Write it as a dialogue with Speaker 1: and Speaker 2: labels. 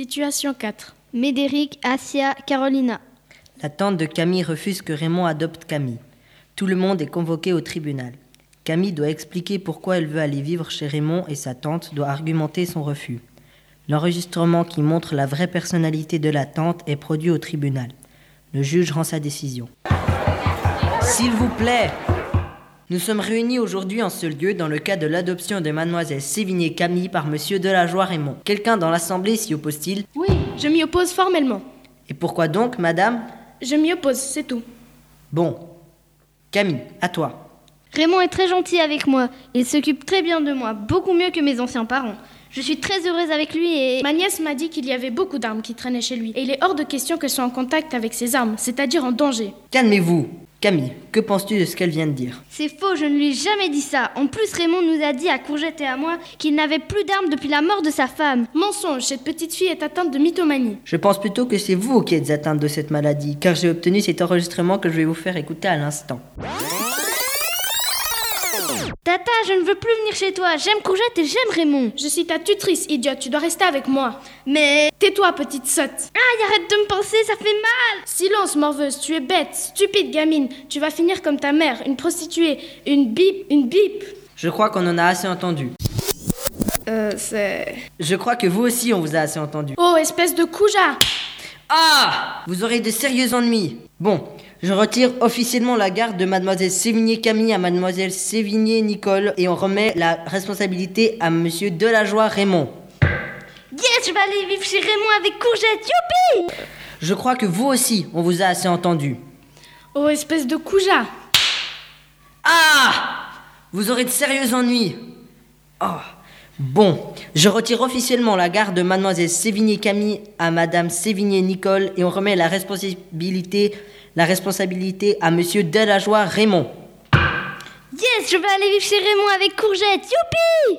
Speaker 1: Situation 4.
Speaker 2: Médéric, Asia, Carolina.
Speaker 3: La tante de Camille refuse que Raymond adopte Camille. Tout le monde est convoqué au tribunal. Camille doit expliquer pourquoi elle veut aller vivre chez Raymond et sa tante doit argumenter son refus. L'enregistrement qui montre la vraie personnalité de la tante est produit au tribunal. Le juge rend sa décision. S'il vous plaît, nous sommes réunis aujourd'hui en ce lieu dans le cas de l'adoption de mademoiselle Sévigné Camille par monsieur Delajoie Raymond. Quelqu'un dans l'assemblée s'y oppose-t-il
Speaker 1: Oui, je m'y oppose formellement.
Speaker 3: Et pourquoi donc, madame
Speaker 1: Je m'y oppose, c'est tout.
Speaker 3: Bon. Camille, à toi.
Speaker 2: Raymond est très gentil avec moi. Il s'occupe très bien de moi, beaucoup mieux que mes anciens parents. Je suis très heureuse avec lui et...
Speaker 1: Ma nièce m'a dit qu'il y avait beaucoup d'armes qui traînaient chez lui, et il est hors de question que je sois en contact avec ces armes, c'est-à-dire en danger.
Speaker 3: Calmez-vous. Camille, que penses-tu de ce qu'elle vient de dire
Speaker 2: C'est faux, je ne lui ai jamais dit ça. En plus, Raymond nous a dit à Courgette et à moi qu'il n'avait plus d'armes depuis la mort de sa femme.
Speaker 1: Mensonge, cette petite fille est atteinte de mythomanie.
Speaker 3: Je pense plutôt que c'est vous qui êtes atteinte de cette maladie, car j'ai obtenu cet enregistrement que je vais vous faire écouter à l'instant.
Speaker 2: Tata, je ne veux plus venir chez toi. J'aime Courgette et j'aime Raymond.
Speaker 1: Je suis ta tutrice, idiote, tu dois rester avec moi.
Speaker 2: Mais...
Speaker 1: Tais-toi, petite sotte.
Speaker 2: Aïe, arrête de me penser, ça fait mal
Speaker 1: Silence, morveuse, tu es bête, stupide gamine. Tu vas finir comme ta mère, une prostituée, une bip, une bip.
Speaker 3: Je crois qu'on en a assez entendu.
Speaker 1: Euh, c'est...
Speaker 3: Je crois que vous aussi on vous a assez entendu.
Speaker 1: Oh, espèce de couja
Speaker 3: Ah Vous aurez de sérieux ennuis. Bon, je retire officiellement la garde de mademoiselle Sévigné Camille à mademoiselle Sévigné Nicole et on remet la responsabilité à monsieur Delajoie Raymond.
Speaker 2: Yes, je vais aller vivre chez Raymond avec Courgette, youpi
Speaker 3: Je crois que vous aussi on vous a assez entendu.
Speaker 1: Oh, espèce de couja
Speaker 3: Ah Vous aurez de sérieux ennuis. Oh. Bon, je retire officiellement la garde de mademoiselle Sévigné Camille à madame Sévigné Nicole et on remet la responsabilité la responsabilité à monsieur Delajoie Raymond.
Speaker 2: Yes, je vais aller vivre chez Raymond avec Courgette, youpi